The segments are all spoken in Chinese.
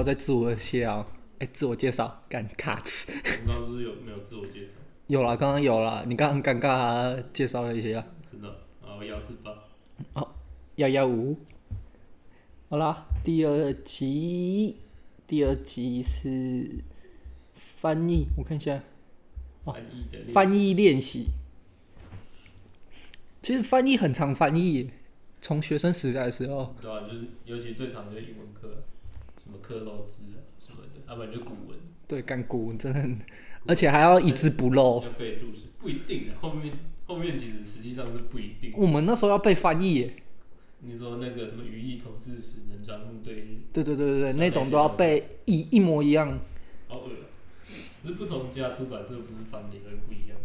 我在自我介绍，哎、自我介绍，尴尬词。我们刚刚是不是有没有自我介绍？有啦，刚刚有啦，你刚刚尴尬、介绍了一些啊，真的啊，我幺四八，幺幺五。好啦，第二集，第二集是翻译，我看一下，翻译的那个翻译练习。其实翻译很常翻译，从学生时代的时候，对啊，就是尤其最常就是英文课，什么克漏字啊什么的，要不然就古文，对，干股真的很，而且还要一字不漏。要背注释，不一定啊。后面后面其实实际上是不一定。我们那时候要背翻译耶，你说那个什么语义同志时，能张目对日，对对对对对，像那那种些都要东西背一一模一样。好恶、啊。只是不同家出版社不是翻译会不一样，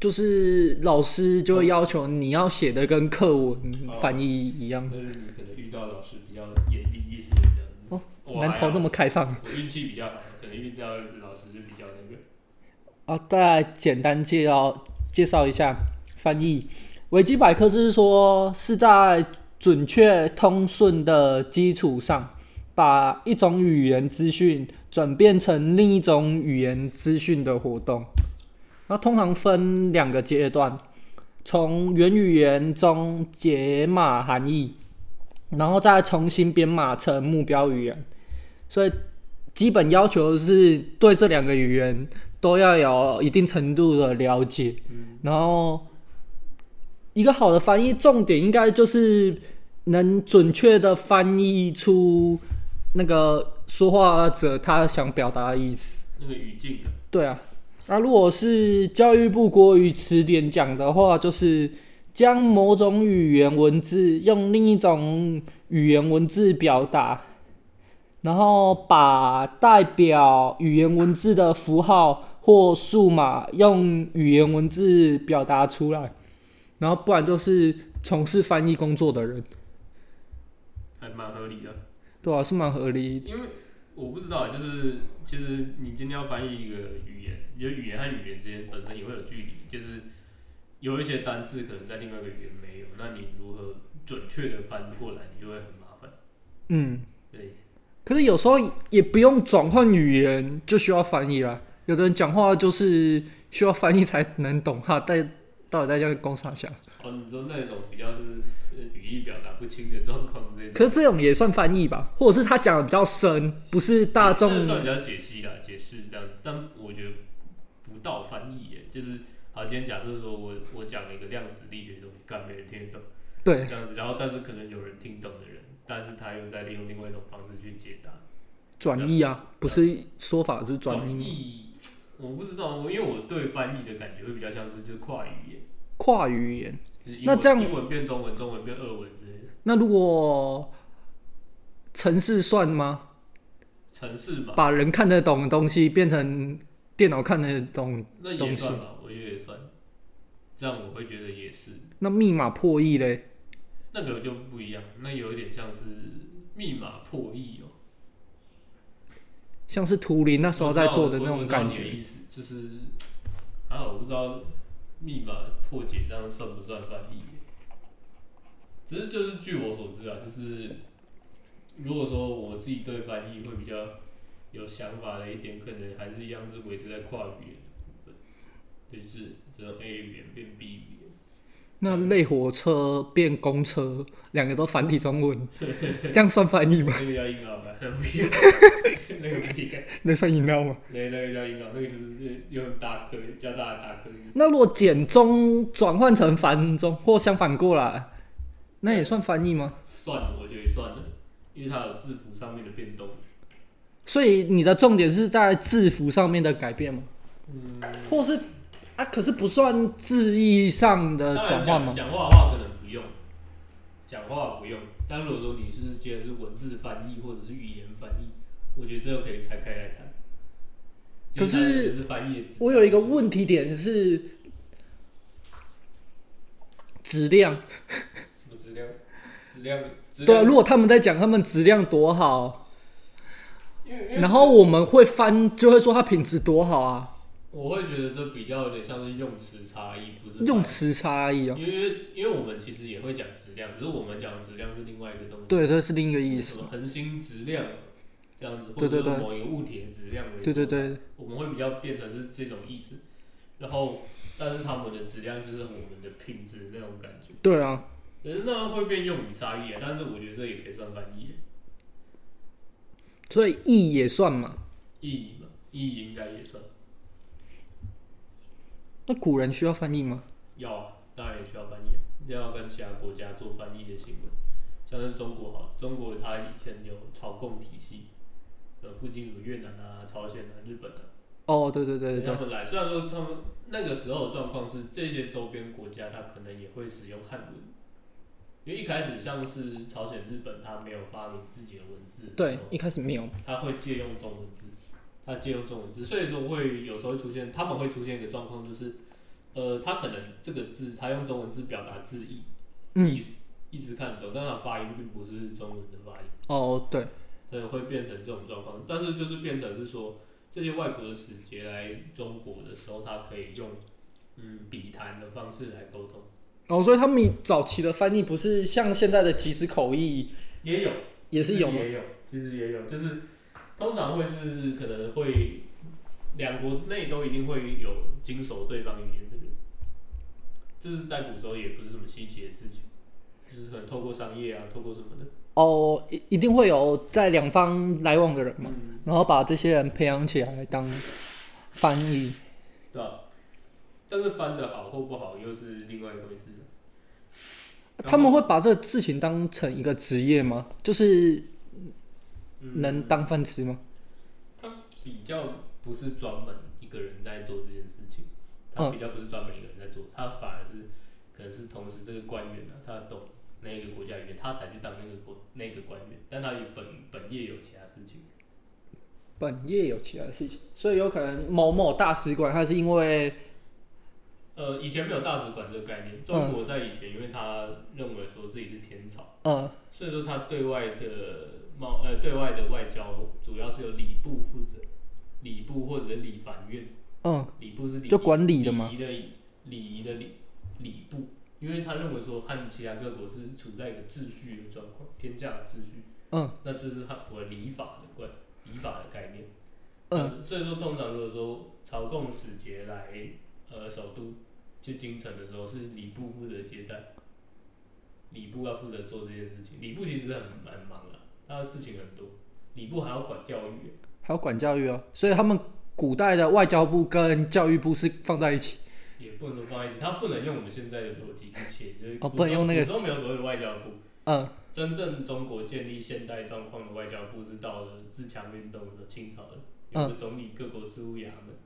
就是老师就会要求你要写的跟课文哦翻译一样但，是你可能遇到老师比较严厉一些这样子。哦我还南好，头那么开放我运气比较好，可能遇到老师就比较那个。啊！再来简单介绍介绍一下翻译，维基百科是说是在准确通顺的基础上，把一种语言资讯转变成另一种语言资讯的活动。然后通常分两个阶段，从原语言中解码含义，然后再重新编码成目标语言。所以基本要求是对这两个语言都要有一定程度的了解。然后一个好的翻译重点应该就是能准确的翻译出那个说话者他想表达的意思。那个语境啊，对啊，那如果是教育部国语词典讲的话，就是将某种语言文字用另一种语言文字表达，然后把代表语言文字的符号或数码用语言文字表达出来，然后不然就是从事翻译工作的人，还蛮合理的。对啊，是蛮合理。因为我不知道，就是其实你今天要翻译一个语言，有语言和语言之间本身也会有距离，就是有一些单字可能在另外一个语言没有，那你如何准确的翻过来，你就会很麻烦。嗯，对，可是有时候也不用转换语言就需要翻译啦。有的人讲话就是需要翻译才能懂他在到底在讲公啥想。哦，你说那种比较是呃语义表达不清的状况这可种，是这种也算翻译吧，或者是他讲的比较深，不是大众这算比较解析啦，解释这样子，但我觉得不到翻译耶，就是好，今天假设说我我讲了一个量子力学的东西，干没人听得懂。对这样子，然后但是可能有人听懂的人，但是他又在利用另外一种方式去解答转译啊，不是说法是转转译，译。我不知道，我因为我对翻译的感觉会比较像是就是跨语言，跨语言。就是英文那这样英文变中文，中文变俄文之类的那如果城市算吗？城市嘛，把人看得懂的东西变成电脑看得懂，那也算吧，我觉得也算。这样我会觉得也是，那密码破译嘞？那个就不一样，那有一点像是密码破译哦、像是图灵那时候在做的那我种知道感你的觉。意思就是啊，我不知道密码破解这样算不算翻译？只是就是据我所知啊，就是如果说我自己对翻译会比较有想法的一点，可能还是一样是维持在跨语言的部分，就是只能 A 语言变 B 语言。那类火车变公车，两个都繁体中 文，这样算翻译吗？那个叫硬朗吧，那个不一样那个不一样，那算饮料吗？那那个叫硬朗，那个就是有点大科，较大的大科那如果简中转换成繁中，或相反过来，那也算翻译吗？算了，我觉得算了，因为它有制服上面的变动。所以你的重点是在字符上面的改变吗？嗯，或是啊，可是不算字义上的当转然换讲呃吗？讲话的话可能不用，讲话不用。但如果说你是接的是文字翻译或者是语言翻译，我觉得这个可以拆开来谈。可是就它是翻译的指导，我有一个问题点是质量，什么质量？质量？质对啊，量？如果他们在讲他们质量多好，因为因为然后我们会翻，就会说它品质多好啊，我会觉得这比较有点像是用词差异，不是翻译用词差异啊。因为因为因为我们其实也会讲质量，只是我们讲的质量是另外一个东西。对，这是另一个意思。什么恒星质量，这样子，或对者对说对某一个物体的质量为对对多少，对我们会比较变成是这种意思。然后，但是他们的质量就是我们的品质那种感觉，对啊，可是那会变用语差异啊。但是我觉得这也可以算翻译，啊所以意也算嘛。意义嘛，意义应该也算。那古人需要翻译吗？要啊，当然也需要翻译啊，要跟其他国家做翻译的行为，像是中国哈，中国它以前有朝贡体系，呃，附近什么越南啊、朝鲜啊、日本啊，哦，对对对对他对，们来，虽然说他们那个时候的状况是这些周边国家，它可能也会使用汉文，因为一开始像是朝鲜、日本，它没有发明自己的文字，哦对，一开始没有。他会借用中文字，他借用中文字，所以说会有时候会出现，他们会出现一个状况，就是，呃，他可能这个字他用中文字表达字意，嗯意，思意思看得懂，但他发音并不是中文的发音，哦，对，所以会变成这种状况。但是就是变成是说，这些外国的使节来中国的时候，他可以用嗯笔谈的方式来沟通，哦，所以他们早期的翻译不是像现在的即时口译，也有。也是有吗？也有，其实也有，就是通常会是可能会两国内都一定会有经手对方语言的人，这是在古时候也不是什么稀奇的事情，就是可能透过商业啊，透过什么的，哦，一一定会有在两方来往的人嘛，嗯，然后把这些人培养起来当翻译。对吧？但是翻的好或不好又是另外一回事了。然后他们会把这个事情当成一个职业吗？就是嗯能当饭吃吗？比较不是专门一个人在做这件事情，他嗯比较不是专门一个人在做，他反而是可能是同时这个官员啊，他懂那个国家语言，他才去当那个国那个官员，但他有本本业有其他事情，本业有其他的事情，所以有可能某某大使馆，他是因为呃，以前没有大使馆这个概念，中国在以前因为他认为说自己是天朝，呃所以说他对外的贸呃对外的外交主要是由礼部负责，礼部或者是礼凡院。嗯礼部是礼仪就管理的吗礼仪的礼礼仪的礼礼部，因为他认为说和其他各国是处在一个秩序的状况，天下的秩序，嗯，那这是他符合礼法的观礼法的概念，嗯，所以说通常如果说朝贡使节来呃首都去京城的时候，是礼部负责接待，礼部要负责做这件事情，礼部其实很很忙啊，他的事情很多，礼部还要管教育，还有管教育哦，所以他们古代的外交部跟教育部是放在一起。也不能放在一起，它不能用我们现在的逻辑去切，就是哦古不能时候用那个古时候没有所谓的外交部，嗯真正中国建立现代状况的外交部是到了自强运动的时候，清朝的有个嗯总理各国事务衙门。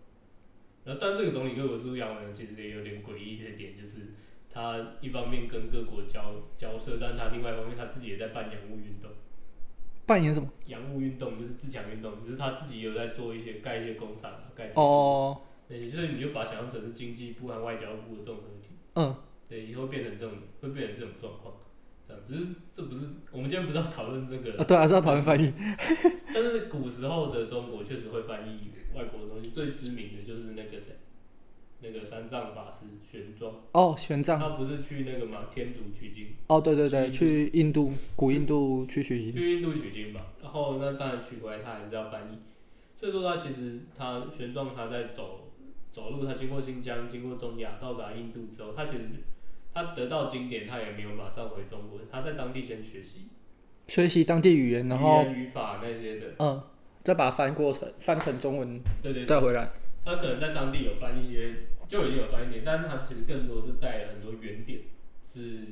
然后，但这个总理各国事务衙门其实也有点诡异的点，就是他一方面跟各国交交涉，但他另外一方面他自己也在办洋务运动。扮演什么？洋务运动就是自强运动，就是他自己有在做一些盖一些工厂啊，盖建筑哦，那些，所以你就把它想象成是经济部和外交部的这种合体。嗯，对，以后变成这种，会变成这种状况，这样。只是这不是我们今天不是要讨论这个，啊，对啊，是要讨论翻译。但是古时候的中国确实会翻译外国的东西，最知名的就是那个谁，那个三藏法师玄奘，哦，玄奘。他不是去那个嘛天竺取经，哦，对对对，去去印度，古印度去学习。去印度取经吧，然后那当然取回来他还是要翻译，所以说他其实他玄奘他在走走路，他经过新疆，经过中亚，到达印度之后，他其实他得到经典，他也没有马上回中国，他在当地先学习。学习当地语言，然语后言语法那些的，嗯，再把它翻过成翻成中文对对对，带回来。他可能在当地有翻一些，就已经有翻一点，但是他其实更多是带了很多原点，是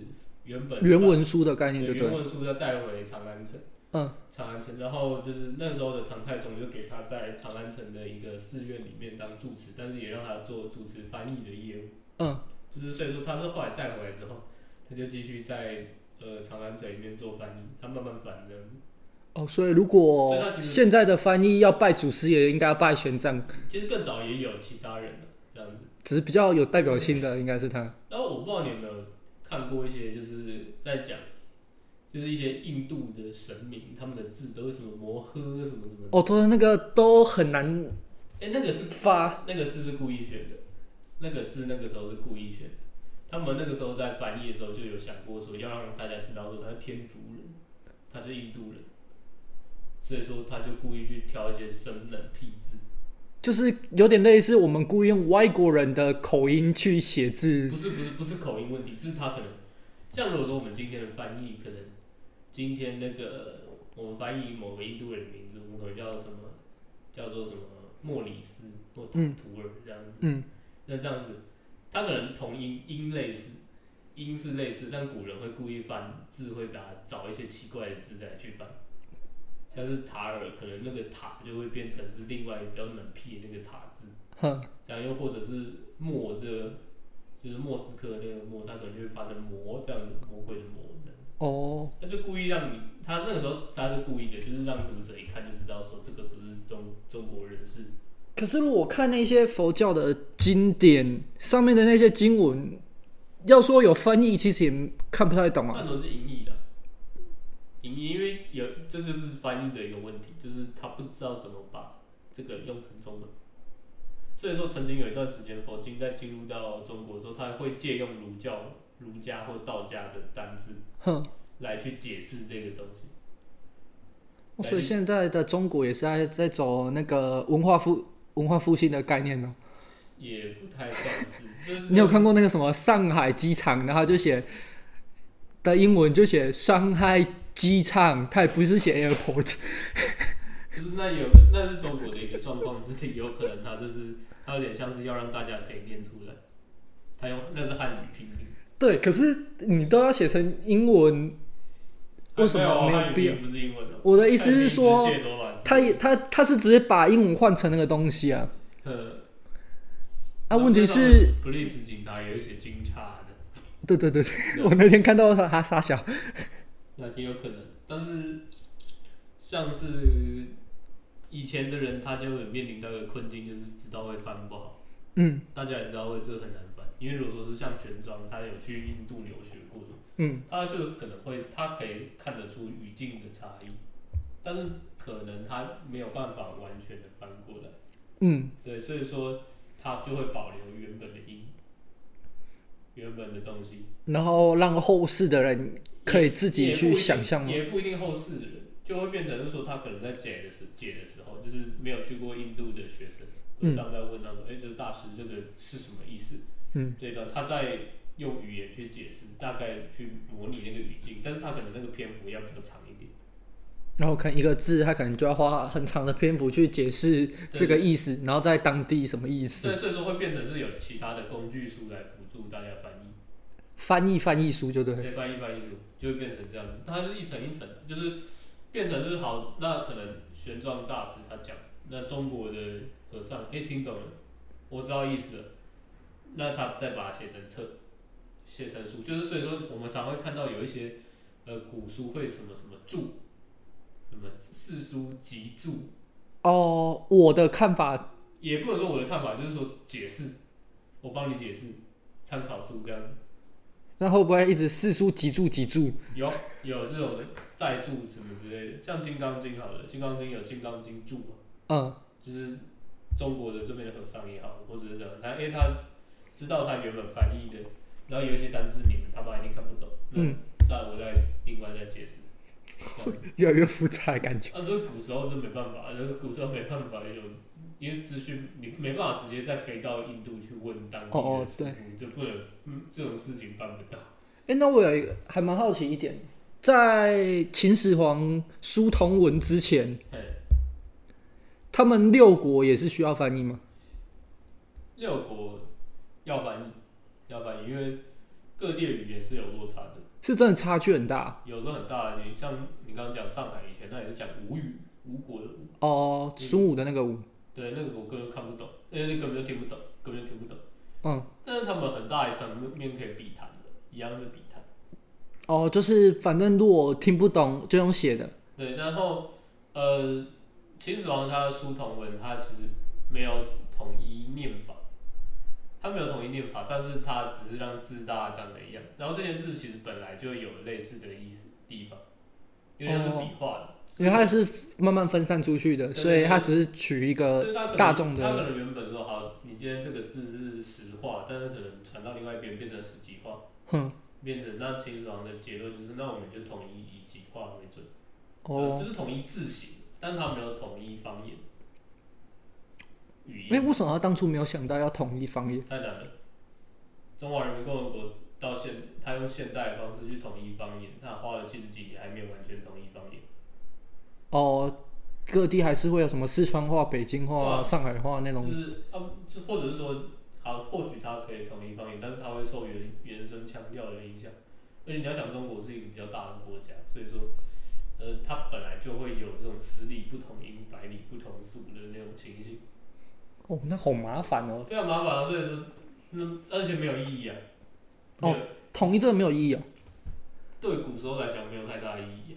原本原文书的概翻念，对对不对原了？文书要带回长安城，嗯，长安城，然后就是那时候的唐太宗就给他在长安城的一个寺院里面当住持，但是也让他做主持翻译的业务，嗯，就是所以说他是后来带回来之后，他就继续在呃长安城里面做翻译，他慢慢翻这样子。哦，所以如所果以它其实现在的翻译要拜祖师爷，应该要拜玄奘，其实更早也有其他人的这样子。只是比较有代表性的应该是他。然后我不知道你有没有看过一些，就是在讲，就是一些印度的神明，他们的字都是什么摩诃什么什么的。哦，他那个都很难哎、那个是发，那个字是故意选的，那个字那个时候是故意选的。他们那个时候在翻译的时候就有想过说，要让大家知道说他是天竺人，他是印度人，所以说他就故意去挑一些生冷僻字，就是有点类似我们故意用外国人的口音去写字不，是不是不是口音问题，是他可能像如果说我们今天的翻译，可能今天那个我们翻译某个印度人的名字，我们可能叫什么叫做什么莫里斯或塔嗯图尔这样子，嗯，那这样子，他可能同音音类似，音是类似，但古人会故意翻字，会把它找一些奇怪的字来去翻，像是塔尔，可能那个塔就会变成是另外比较冷僻的那个塔字，哼，这样又或者是莫这个就是莫斯科那个莫，他可能就会翻成魔这样子，魔鬼的魔这样。哦，他就故意让你，他那个时候他是故意的，就是让读者一看就知道说这个不是中中国人士可是我看那些佛教的经典上面的那些经文，要说有翻译，其实也看不太懂啊。那都是音译的，音译，因为有这就是翻译的一个问题，就是他不知道怎么把这个用成中文。所以说，曾经有一段时间，佛经在进入到中国的时候，他会借用儒教、儒家或道家的单字哼，来去解释这个东西。哦所以现在的中国也是在在走那个文化复文化复兴的概念呢、哦也不太算是，就是你有看过那个什么上海机场，然后就写的英文就写上海机场，它也不是写 airport。就是那有那是中国的一个状况，是有可能他这是他有点像是要让大家可以念出来，他用那是汉语拼音， 对，可是你都要写成英文，为什么啊没有汉语拼音不是英文哦我的意思是汉说 语拼音直，接都来自他也他他是直接把英文换成那个东西啊。呃，啊，问题然后是，那种，police 警察也有写警察的，对对对对， 我那天看到他他傻小，那挺有可能，但是像是以前的人，他就有面临到一个困境，就是知道会翻不好。嗯大家也知道，这个很难翻，因为如果说是像玄奘，他有去印度留学过的，嗯，他就可能会，他可以看得出语境的差异，但是可能他没有办法完全的翻过来，嗯，对，所以说他就会保留原本的音，原本的东西，然后让后世的人可以自己也不一去定想象吗？也不一定后世的人就会变成是说，他可能在解的时解的时候，就是没有去过印度的学生，嗯文章在问他说：“哎、这大师这个是什么意思？”嗯，这一段他在用语言去解释，大概去模拟那个语境，但是他可能那个篇幅要比较长一点。然后可能一个字，他可能就要花很长的篇幅去解释这个意思，然后在当地什么意所以思，所以说会变成是有其他的工具书来辅助大家翻译。翻译翻译书就对了。对，翻译翻译书就会变成这样子，它是一层一层，的，就是变成是好，那可能玄奘大师他讲，那中国的和尚哎、诶听懂了，我知道意思了，那他再把它写成册，写成书，就是所以说我们常会看到有一些呃古书会什么什么注，什么四书集注，哦，我的看法，也不能说我的看法，就是说解释，我帮你解释，参考书这样子。那会不会一直四书集注集注？有有这种债注什么之类的，像《金刚经》好了，《金刚经》有《金刚经注》嘛，嗯，就是中国的这边的和尚也好，或者是这样，他因为他知道他原本翻译的，然后有一些单字你们他妈一定看不懂，那嗯，那我再另外再解释。这样越来越复杂的感觉。啊，这个古时候是没办法，这个古时候没办法有，因为资讯你没办法直接再飞到印度去问当哦地哦的师傅，就不能，嗯，这种事情办不到。哎、那我有一个还蛮好奇一点，在秦始皇书同文之前，嘿他们六国也是需要翻译吗？六国要翻译，要翻译，因为各地的语言是有落差的，是真的差距很大有时候很大的。你像你刚刚讲上海以前，那也是讲吴语，吴国的吴，哦。孙武的那个武，对，那个我根本看不懂，因为那根本就听不懂，根本就听不懂。嗯，但是他们很大一层面可以比谈的，一样是比谈。哦，就是反正如果听不懂就用写的，对，然后呃，秦始皇他的书同文，他其实没有统一念法，他没有统一念法，但是他只是让字大家长得一样。然后这些字其实本来就有类似的意思地方，有点像是笔画的，哦因为它是慢慢分散出去的，对所以它只是取一就个是他可能大众的他可能原本说好，你今天这个字是实画，但是可能传到另外一边变成十几画，哼变成那呃秦始皇的结论就是，那我们就统一以几画为准，哦就是统一字形，但它没有统一方言语哎、言，为什么他当初没有想到要统一方言？太难了。中华人民共和国到现，他用现代的方式去统一方言，他花了七十几年还没有完全统一方言。哦，各地还是会有什么四川话、北京对话、啊上海话那种就是啊，就或者是说，好，或许它可以统一方言，但是它会受原原生腔调的影响。而且你要想，中国是一个比较大的国家，所以说，呃，它本来就会有这种十里不同音，百里不同俗的那种情形，哦，那好麻烦哦，非常麻烦啊。所以说，那而且没有意义啊。哦没有，统一这个没有意义哦，对古时候来讲没有太大的意义、啊。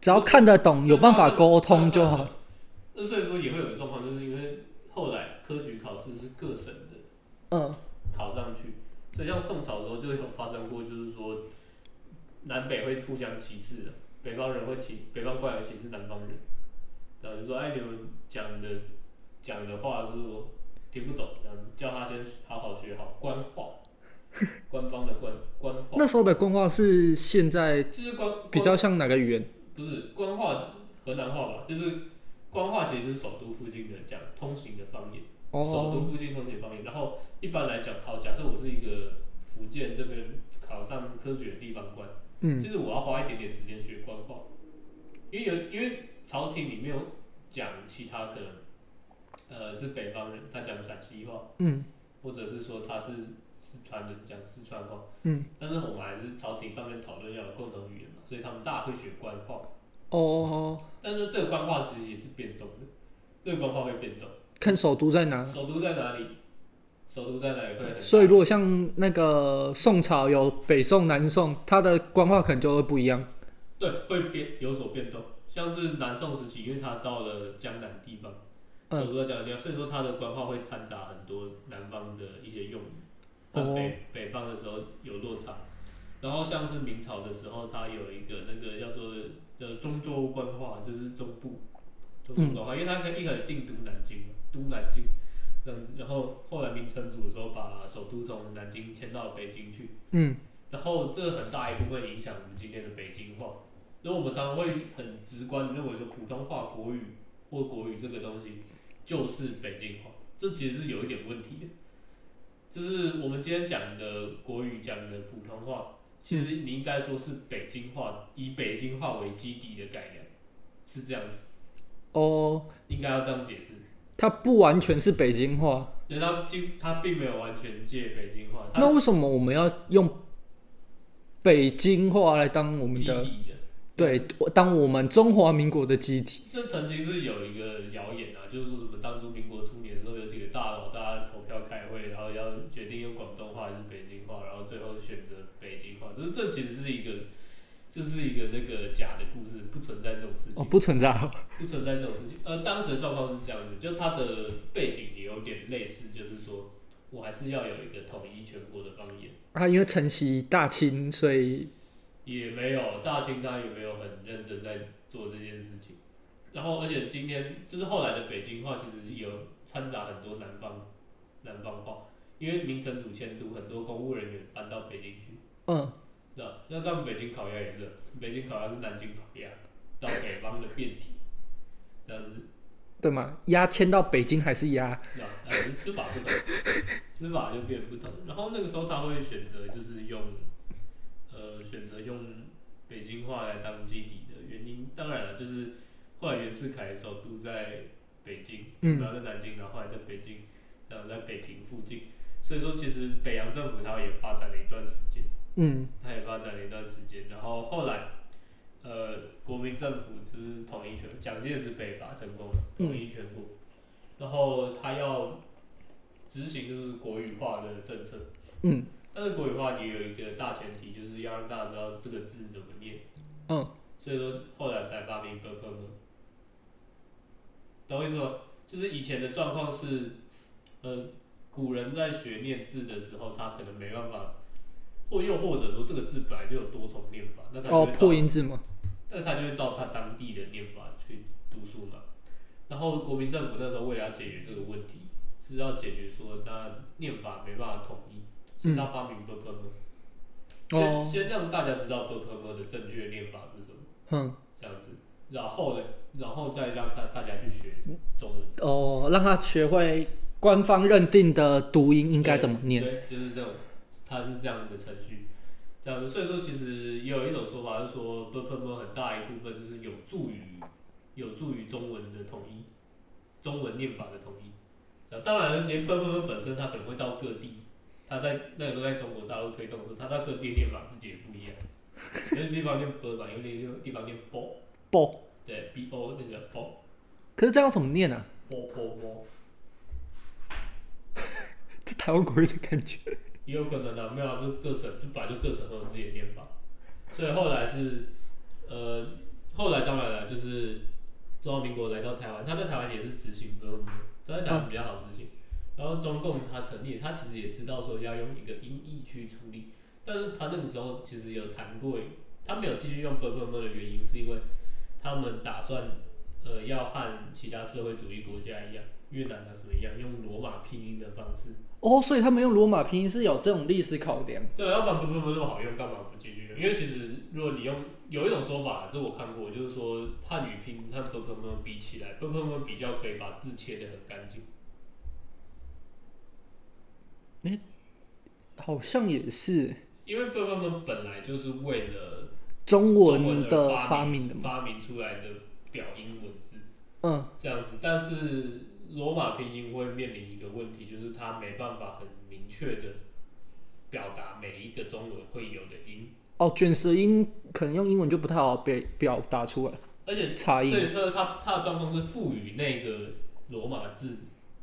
只要看得嗯懂，有办法沟通就好。那所以说也会有个状况，就是因为后来科举考试是各省的。嗯，考上去。所以像宋朝的时候就有发生过，就是说南北会互相歧视的，北方人会歧北方官员歧视南方人，然后就说哎你们讲的讲的话就是我听不懂，这样子叫他先好好学好官话，官方的官官话，那时候的官话是现在就是官比较像哪个语言？不是官话河南话吧，就是官话其实就是首都附近的讲通行的方言。首哦，都附近通勤方面。然后一般来讲，好，假设我是一个福建这边考上科举的地方官，嗯，就是我要花一点点时间学官话，因为有因为朝廷里面有讲其他可能，呃，是北方人，他讲陕西话，嗯，或者是说他是四川人讲四川话，嗯，但是我们还是朝廷上面讨论要有共同语言嘛，所以他们大家会学官话，哦，但是这个官话其实也是变动的，这个官话会变动，看首都在哪。首都在哪里？首都在哪里会很大？所以如果像那个宋朝有北宋、南宋，它的官话可能就会不一样。对，会变有所变动。像是南宋时期，因为他到了江南地方，嗯首都在江南地方，所以说他的官话会掺杂很多南方的一些用语，哦但北、北方的时候有落差。然后像是明朝的时候，它有一个那个叫做叫中州官话，就是中部中部官话，嗯因为它一开始定都南京嘛，都南京这样子。然后后来明成祖的时候，把首都从南京迁到北京去，嗯，然后这很大一部分影响我们今天的北京话。因为我们常常会很直观地认为说普通话、国语或国语这个东西就是北京话，这其实是有一点问题的。就是我们今天讲的国语、讲的普通话，其实你应该说是北京话，以北京话为基底的改良，是这样子，哦，应该要这样解释。它不完全是北京话，因为它并它并没有完全借北京话，它那为什么我们要用北京话来当我们基的底的。对，当我们中华民国的基体？这曾经是有一个谣言啊，就是说什么当初民国初年的时候，有几个大佬大家投票开会，然后要决定用广东话还是北京话，然后最后选择北京话。就是这其实是一个，这是一个那个假的故事，不存在这种事哦，情，不存在哦。不存在这种事情。呃，当时的状况是这样子，就它的背景也有点类似，就是说我还是要有一个统一全国的方言。啊，因为承袭大清，所以也没有，大清他也没有很认真在做这件事情。然后，而且今天就是后来的北京话，其实有掺杂很多南方南方话，因为明成祖迁都，很多公务人员搬到北京去。嗯，那那像北京烤鸭也是，北京烤鸭是南京烤鸭，到北方的变体，这样子，对嘛，鸭迁到北京还是鸭，那呃只是吃法不同，吃法就变不同。然后那个时候他会选择就是用呃，选择用北京话来当基底的原因，当然了，就是后来袁世凯首都在北京，嗯然后在南京，然后后来在北京，然后在北平附近，所以说其实北洋政府它也发展了一段时间，嗯，它也发展了一段时间，然后后来。呃，国民政府就是统一全，蒋介石北伐成功了，统一全国，然后他要执行就是国语化的政策，嗯，但是国语化也有一个大前提，就是要让大家知道这个字怎么念。嗯，所以说后来才发明 b p m，懂我意思吗？就是以前的状况是，呃，古人在学念字的时候，他可能没办法，或又或者说这个字本来就有多重念法，那他就哦，会造破音字嘛，但是他就会照他当地的念法去读书嘛。然后国民政府那时候为了要解决这个问题，就是要解决说那念法没办法统一，嗯所以他发明 b p m，、哦先先让大家知道 b p m 的正确念法是什么，哼，这样子。然后嘞，然后再让他大家去学中文，哦，让他学会官方认定的读音应该怎么念。对，就是这种，它是这样的程序，这样的。所以说，其实也有一种说法是说 b p m 很大一部分就是有助于有助于中文的统一，中文念法的统一。啊当然，连 b p m 本身它可能会到各地，它在那个时候在中国大陆推动的时候，它到各地念法自己也不一样，有些地方念 b 嘛，有些地方念 bo， bo，对 b o 那个 bo 可是这样怎么念啊？ bo bo bo。这台湾国语的感觉。也有可能啊，没有、啊，就各省就本来就各省都有自己的念法，所以后来是，呃，后来当然了，就是中华民国来到台湾，他在台湾也是执行不用，他在台湾比较好执行。然后中共他成立，他其实也知道说要用一个音译去处理，但是他那个时候其实有谈过，他没有继续用 b b m 的原因是因为他们打算呃要和其他社会主义国家一样，越南啊什么一样，用罗马拼音的方式。哦，所以他们用罗马拼音是有这种历史考量。对，要不然不不不那么好用，干嘛不继续用？因为其实如果你用有一种说法，这我看过，就是说汉语拼音和 b p m 比起来 b p m 比较可以把字切得很干净。好像也是因为 b p m 本来就是为了中文的的发明的嘛。发明出来的表音文字嗯，这样子，但是罗马拼音会面临一个问题，就是它没办法很明确的表达每一个中文会有的音。哦，卷舌音可能用英文就不太好被表达出来。而且差异所以说他他的状况是赋予那个罗马字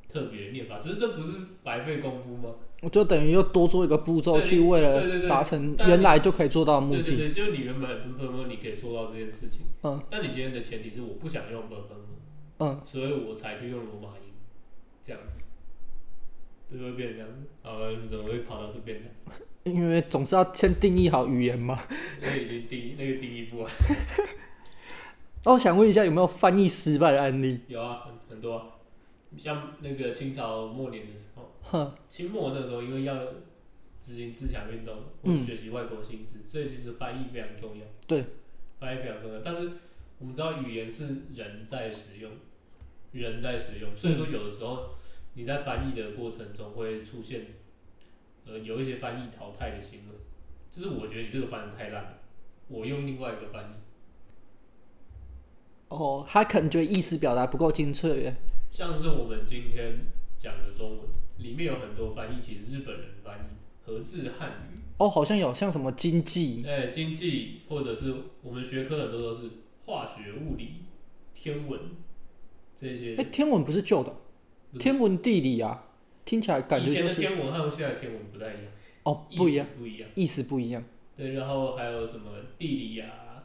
特别的念法，只是这不是白费功夫吗？我就等于又多做一个步骤对去为对对了对达成但原来就可以做到的目对对的。对，就是你原本不喷喷，你可以做到这件事情。嗯。但你今天的前提是我不想用喷喷，嗯，所以我才去用罗马音，这样子，就会变成这样子。啊，你怎么会跑到这边呢？ 因为总是要先定义好语言嘛。我已经定义那个定义不完，那我哦想问一下，有没有翻译失败的案例？有啊，很很多、啊，像那个清朝末年的时候。哼，清末那时候因为要执行自强运动，或嗯者学习外国性质，所以其实翻译非常重要。对，翻译非常重要。但是我们知道语言是人在使用，人在使用，所以嗯说有的时候你在翻译的过程中会出现，呃，有一些翻译淘汰的行为，就是我觉得你这个翻的太烂了，我用另外一个翻译。哦，他可能觉得意思表达不够精确。像是我们今天讲的中文，里面有很多翻译，其实日本人翻译和制汉语。哦，好像有像什么经济，哎，经济或者是我们学科很多都是化学、物理、天文这些哎、。天文不是旧的，不是天文地理啊，听起来感以觉前就的是天文和现在的天文不太一样，哦意思不一样，，不一样。意思不一样。对，然后还有什么地理啊，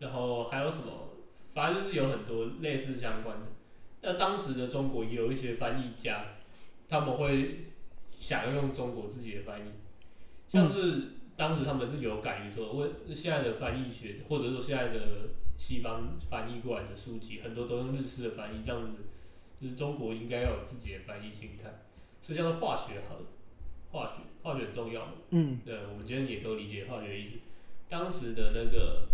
然后还有什么，反正就是有很多类似相关的。那当时的中国也有一些翻译家，他们会想要用中国自己的翻译，像是当时他们是有感于说，为现在的翻译学，或者说现在的西方翻译过来的书籍，很多都用日式的翻译，这样子，就是中国应该要有自己的翻译心态。所以像是化学好了，化学化学很重要嘛。嗯，对，我们今天也都理解化学意思。当时的那个，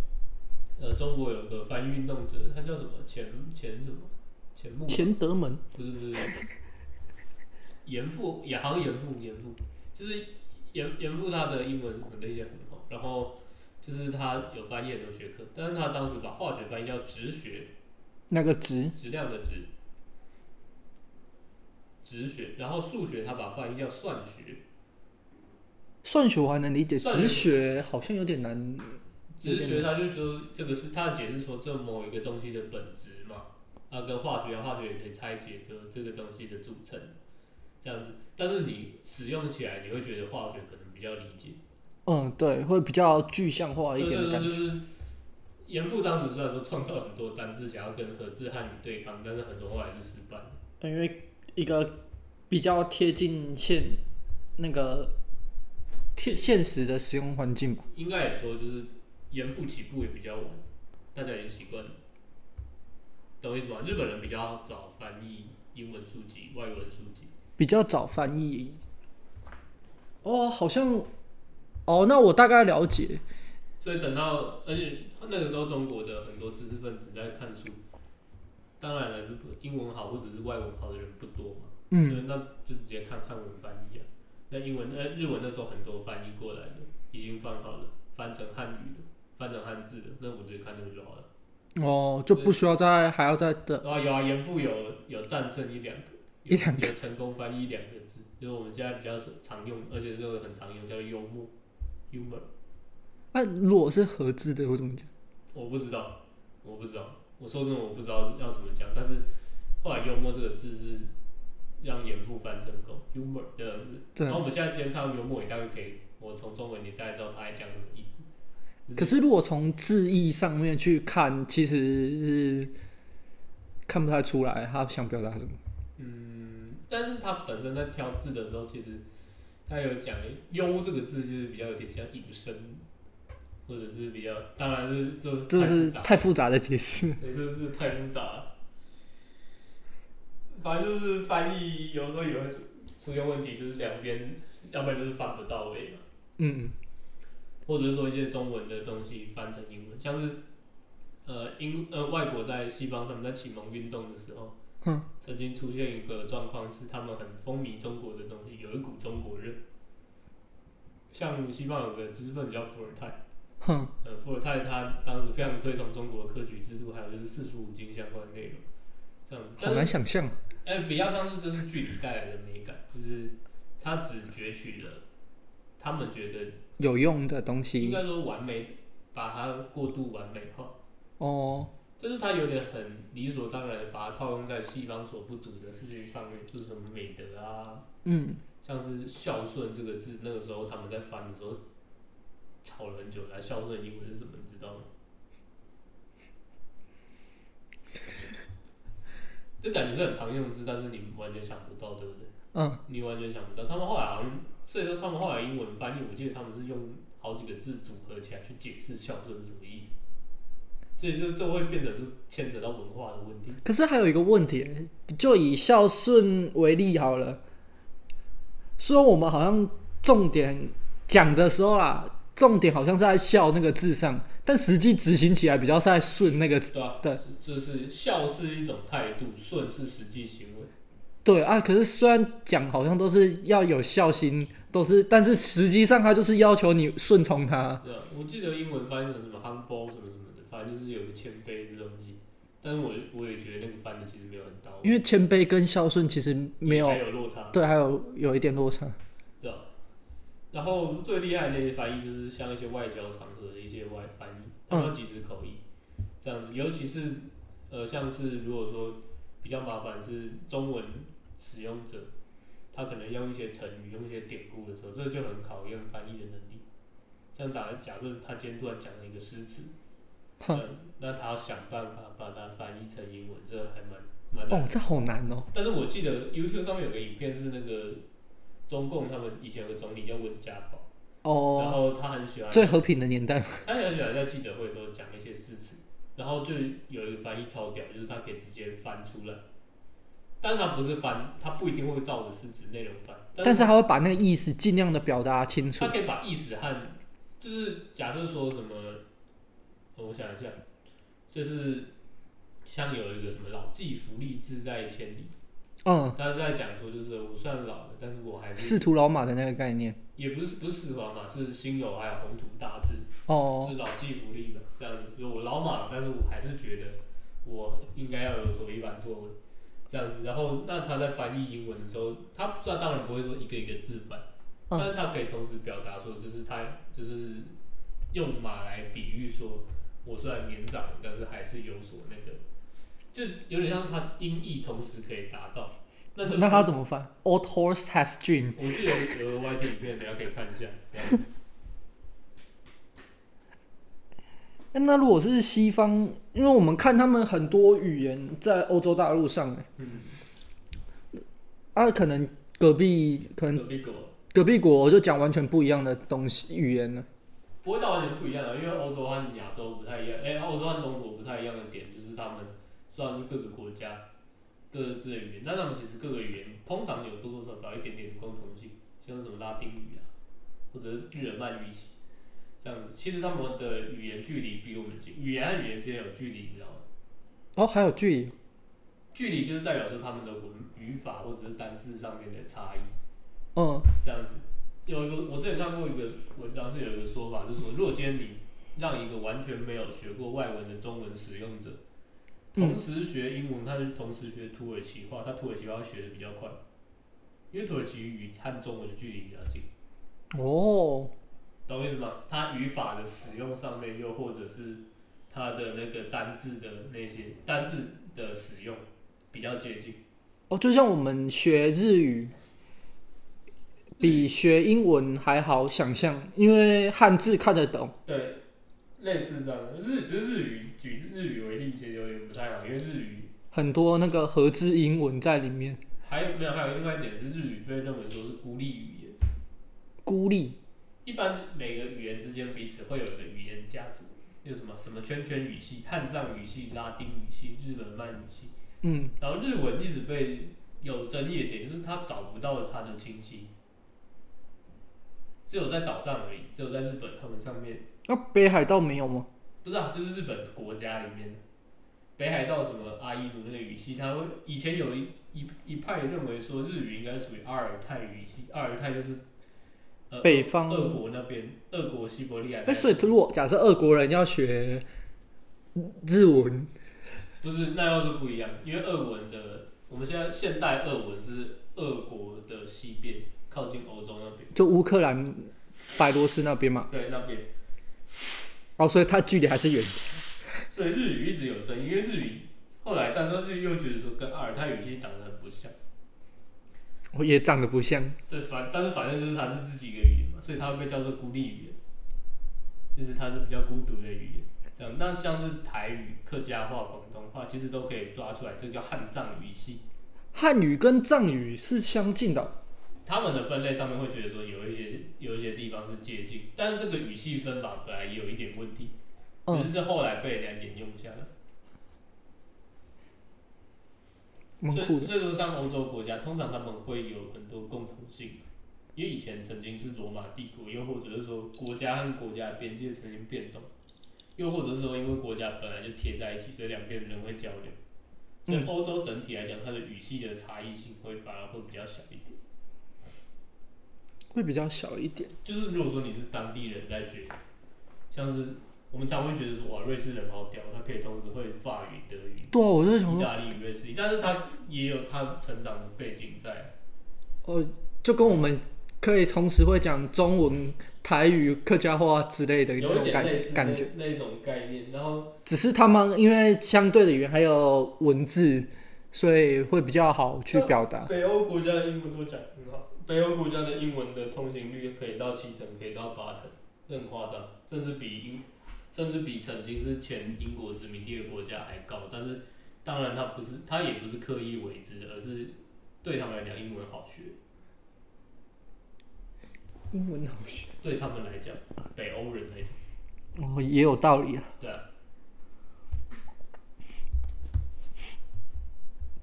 呃，中国有个翻译运动者，他叫什么？钱钱什么？钱穆？钱德门不是不是， 严复也好像严复严复，就是严严复他的英文什么的一些很好，然后就是他有翻译很多学科，但是他当时把化学翻译叫质学，那个值质量的质，质学，然后数学他把它翻译叫算学，算学我还能理解，算直学好像有点难。直学他就说这个是他的解释说这某一个东西的本质嘛，啊跟化学啊化学也可以拆解的这个东西的组成，这样子，但是你使用起来你会觉得化学可能比较理解，嗯，对，会比较具象化一对点的对对，感觉。就是严复当时虽然说创造很多单字想要跟和字汉语对抗，但是很多后来是失败的。因为一个比较贴近现那个贴现实的使用环境吧。应该也说就是严复起步也比较晚，大家也习惯了，懂我意思吗？日本人比较早翻译英文书籍、外文书籍，比较早翻译。哦，好像，哦，那我大概了解，所以等到，而且那个时候中国的很多知识分子在看书，当然了，如果英文好或者是外文好的人不多嘛，所嗯，以那就直接看汉文翻译啊。那英文、呃日文那时候很多翻译过来的，已经翻好了，翻成汉语了，翻成汉字了，那我直接看那个就好了。哦，就不需要再还要再等。然后有啊，严复有有战胜一两个，有一两有成功翻译一两个字，就是我们现在比较常用，而且这个很常用，叫幽默 （humor）。那如果是合字的，我怎么讲？我不知道，我不知道，我说真的我不知道要怎么讲，但是后来幽默这个字是让严复翻成功 humor 这样子。对然后我们现在今天看到幽默，你大概可以，我从中文你大概知道他在讲什么意思。就是可是如果从字义上面去看，其实是看不太出来他想表达什么。嗯，但是他本身在挑字的时候，其实他有讲“忧”这个字，就是比较有点像引申，或者是比较，当然是这这太复是杂了太复杂的解释。对，这是太复杂了。反正就是翻译，有时候也会出出现问题，就是两边，要不然就是翻不到位嘛，嗯，或者是说一些中文的东西翻成英文，像是呃英呃外国在西方他们在启蒙运动的时候，嗯曾经出现一个状况是他们很风靡中国的东西，有一股中国热。像西方有个知识分子叫伏尔泰，哼，呃，伏尔泰他当时非常推崇中国的科举制度，还有就是四书五经相关的内容，这样子。好但难是，想象。哎、比较像是这是距离带来的美感，就是他只攫取了他们觉得有用的东应西该说完美，把它过度完美化，哦，就是他有点很理所当然的把它套用在西方所不足的事情上面，就是什么美德啊，嗯，像是孝顺这个字，那个时候他们在翻的时候吵了很久，来孝顺的英文是什么，你知道吗？ 就感觉是很常用的字，但是你完全想不到，对不对？嗯，你完全想不到。他们后来好像，所以说他们后来英文翻译，我记得他们是用好几个字组合起来去解释孝顺是什么意思。所以就这会变成是牵扯到文化的问题。可是还有一个问题，就以孝顺为例好了。虽然我们好像重点讲的时候啦，重点好像是在“孝”那个字上，但实际执行起来比较是在“顺”那个字。对吧、对是，就是孝是一种态度，顺是实际行为。对啊，可是虽然讲好像都是要有孝心，都是，但是实际上他就是要求你顺从他。对啊，我记得英文翻译成什么 humble 什么什么的，反正就是有个谦卑这东西。但是我我也觉得那个翻的其实没有很到位，因为谦卑跟孝顺其实没有还有落差，对，还有有一点落差。对啊。然后最厉害的那些翻译就是像一些外交场合的一些外翻译，他们要即时口译，这样子，尤其是呃像是如果说比较麻烦是中文使用者，他可能要用一些成语、用一些典故的时候，这就很考验翻译的能力。像打假设他今天突然讲了一个诗词，这哼，样子那他要想办法把它翻译成英文，这还蛮蛮难。哦，这好难哦。但是我记得 YouTube 上面有个影片是那个中共他们以前有个总理叫温家宝，然哦，后他呃很喜欢，最和平的年代。他很喜欢在记者会的时候讲一些事情，然后就有一个翻译超屌，就是他可以直接翻出来，但是他不是翻，他不一定会照着事实内容翻，但是他会把那个意思尽量的表达清楚他。可以把意思和就是假设说什么，呃我想一下，就是像有一个什么老骥伏枥，志在千里，嗯，他是在讲说就是我虽然老了，但是我还是仕途老马的那个概念。也不是不是死亡嘛，是心有还有宏图大志，哦，是老骥伏枥嘛，这样子。就我老马了，但是我还是觉得我应该要有所一番作为，这样子。然后那他在翻译英文的时候，他虽然当然不会说一个一个字翻，嗯但是他可以同时表达说，就是他就是用马来比喻说，我虽然年长，但是还是有所那个，就有点像他音译同时可以达到。那就是那他怎么翻？All horse has dream。我记得有个 YT 影片，等一下可以看一下。这样子那那如果是西方，因为我们看他们很多语言在欧洲大陆上，嗯，啊，可能隔壁可能隔壁狗隔壁国就讲完全不一样的东西语言了。不会到完全不一样啊，因为欧洲和亚洲不太一样，哎、欧洲和中国不太一样的点就是他们虽然是各个国家各自的语言，但他们其实各个语言通常有多多少少一点点共同性，像是什么拉丁语啊，或者是日耳曼语系，这样子，其实他们的语言距离比我们近，语言和语言之间有距离，你知道吗？哦，还有距离，距离就是代表说他们的文语法或者是单字上面的差异。嗯，这样子。有一个我之前看过一个文章，是有一个说法，就是说，如果今天你让一个完全没有学过外文的中文使用者，同时学英文，他就同时学土耳其话，他土耳其话会学的比较快，因为土耳其语和中文的距离比较近，哦，懂我意思吗？他语法的使用上面，又或者是他的那个单字的那些单字的使用比较接近。哦，就像我们学日语，比学英文还好想象，因为汉字看得懂。对，类似这样的日，只是日语举日语为例，其实有点不太好，因为日语很多那个合字英文在里面，还有没有还有另外一点是日语被认为说是孤立语言，孤立一般每个语言之间彼此会有一个语言家族，有什么什么圈圈语系、汉藏语系、拉丁语系、日本慢语系，嗯，然后日文一直被有争议的点就是他找不到他的亲戚，只有在岛上而已，只有在日本他们上面那、北海道没有吗？不是啊，就是日本国家里面的北海道什么阿伊努那个语系，他会以前有一一一派认为说日语应该属于阿尔泰语系，阿尔泰就是呃北方俄国那边，俄国西伯利亚那哎，边所以如果假设俄国人要学日文，不是那要是不一样，因为俄文的我们现在现代俄文是俄国的西边，靠近欧洲那边，就乌克兰、白罗斯那边嘛，对那边，哦，所以它距离还是远。所以日语一直有争议，因为日语后来但是日语又觉得说跟阿尔泰语系长得很不像。我也长得不像，对，反但是反正就是它是自己一个语言嘛，所以它会被叫做孤立语言，就是它是比较孤独的语言。这样，那像是台语、客家话、广东话，其实都可以抓出来，这个叫汉藏语系。汉语跟藏语是相近的哦，他们的分类上面会觉得说有一些有一些地方是接近，但是这个语系分法本来也有一点问题，只嗯，是是后来被人家沿用下来。蛮所酷以的。所以说，像欧洲国家，通常他们会有很多共同性，因为以前曾经是罗马帝国，又或者是说国家和国家的边界曾经变动，又或者是说因为国家本来就贴在一起，所以两边的人会交流。所以嗯欧洲整体来讲，它的语系的差异性会反而会比较小一点。会比较小一点。就是如果说你是当地人在学，像是我们常会觉得说哇，瑞士人好屌，他可以同时会法语、德语、对啊，我就想意说，大利语、瑞士语，但是他也有他成长的背景在。哦，就跟我们可以同时会讲中文、台语、客家话之类的那有一种点感类似嗯感觉，那那种概念，然后只是他们因为相对的语言还有文字，所以会比较好去表达。北欧国家的英文都讲得很好，北欧国家的英文的通行率可以到七成，可以到八成，这很夸张，甚至比英，甚至比曾经是前英国殖民地的国家还高。但是当然，它不是，它也不是刻意为之的，而是对他们来讲，英文好学。英文好学对啊他们来讲，北欧人来讲，哦，也有道理啊，对啊，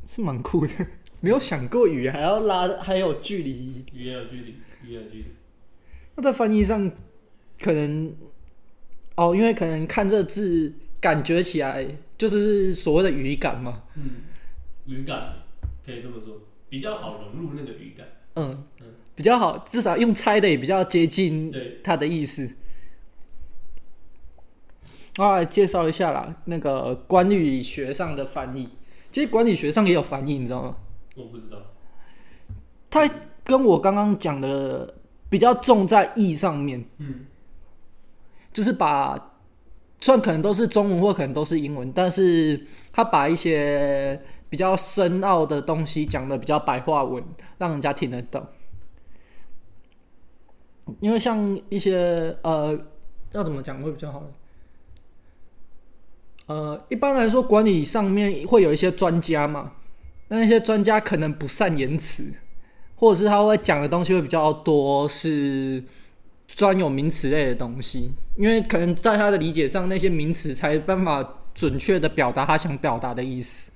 是蛮酷的。 没有想过语言还要拉，还有距离。语言有距离，语言有距离。那在翻译上，可能哦，因为可能看这字感觉起来就是所谓的语感嘛。嗯，语感可以这么说，比较好融入那个语感。嗯嗯，比较好，至少用猜的也比较接近对，它的意思。啊，来介绍一下啦，那个管理学上的翻译，其实管理学上也有翻译，你知道吗？我不知道。它跟我刚刚讲的比较重在意上面，嗯，就是把虽然可能都是中文或可能都是英文，但是它把一些比较深奥的东西讲的比较白话文，让人家听得懂。因为像一些呃，要怎么讲会比较好呢？呃，一般来说，管理上面会有一些专家嘛，那那些专家可能不善言辞，或者是他会讲的东西会比较多是专有名词类的东西，因为可能在他的理解上，那些名词才有办法准确的表达他想表达的意思。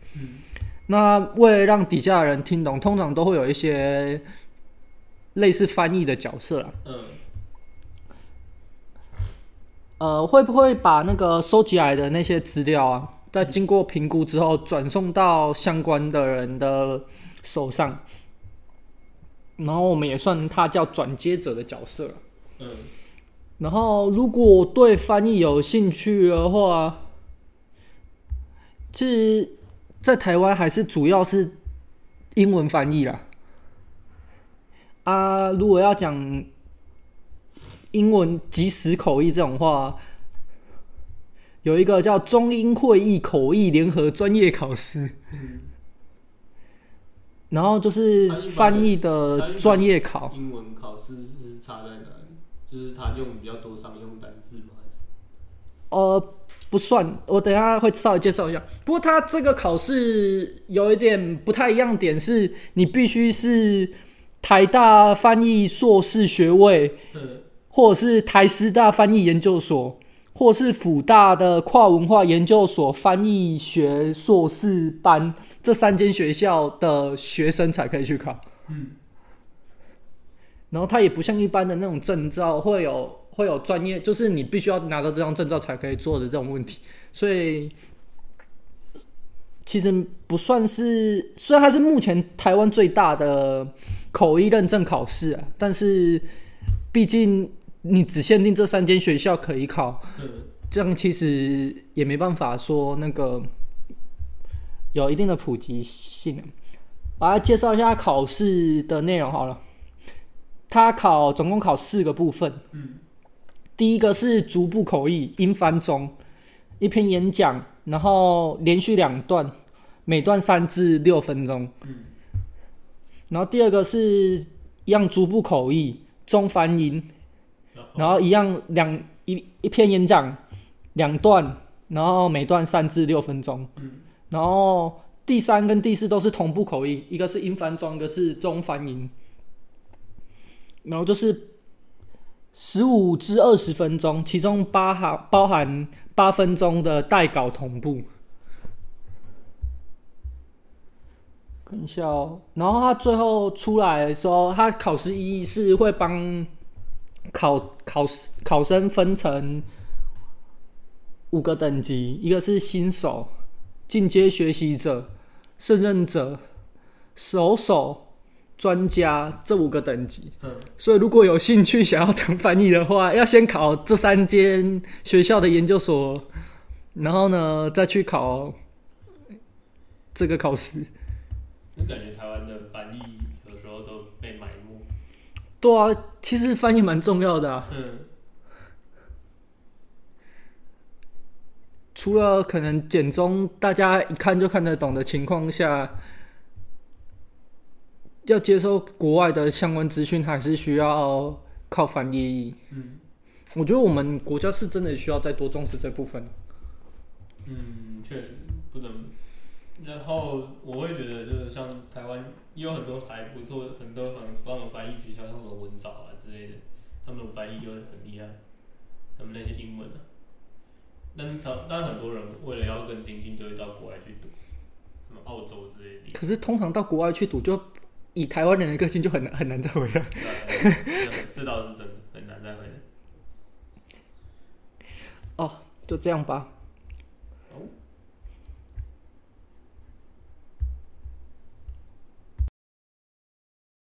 那为了让底下的人听懂，通常都会有一些类似翻译的角色啦。嗯，呃，会不会把那个收集来的那些资料啊，在经过评估之后，转送到相关的人的手上？然后我们也算他叫转接者的角色。嗯，然后，如果对翻译有兴趣的话，其实在台湾还是主要是英文翻译啦。啊，如果要讲英文即时口译这种话，有一个叫中英会议口译联合专业考试，然后就是翻译的专业考。英文考试是差在哪里？就是他用比较多常用单字吗？ 还是呃，不算，我等一下会稍微介绍一下。不过它这个考试有一点不太一样点是，你必须是台大翻译硕士学位，嗯或者是台师大翻译研究所，或是辅大的跨文化研究所翻译学硕士班这三间学校的学生才可以去考。嗯然后它也不像一般的那种证照会有会有专业，就是你必须要拿到这张证照才可以做的这种问题，所以其实不算是，虽然它是目前台湾最大的口译认证考试啊，但是毕竟你只限定这三间学校可以考，嗯这样其实也没办法说那个有一定的普及性。我来介绍一下考试的内容好了，它考总共考四个部分。嗯第一个是逐步口译，英翻中，一篇演讲，然后连续两段，每段三至六分钟。嗯然后第二个是一样逐步口译，中翻英，然后然后一样两一一篇演讲两段，然后每段三至六分钟，嗯然后第三跟第四都是同步口译，一个是英翻中，一个是中翻英，然后就是十五至二十分钟，其中包含包含八分钟的带稿同步。看一下哦，然后他最后出来的时候，他考试意义是会帮考考考生分成五个等级，一个是新手、进阶学习者、胜任者、熟手、专家这五个等级。嗯所以如果有兴趣想要当翻译的话，要先考这三间学校的研究所，然后呢再去考这个考试。就感觉台湾的翻译有时候都被埋没。对啊，其实翻译蛮重要的啊、嗯除了可能简中大家一看就看得懂的情况下，要接收国外的相关资讯，还是需要靠翻译。嗯我觉得我们国家是真的需要再多重视这部分。嗯，确实不能。然后我会觉得，就是像台湾也有很多还不错、很多很棒的翻译学校，像什么文藻啊之类的，他们的翻译就很厉害，他们那些英文啊。但他但很多人为了要更精进，就会到国外去读，什么澳洲之类的地方。 可是通常到国外去读，就以台湾人的个性就很难很难再回来。对这倒是真的，很难再回来。就这样吧。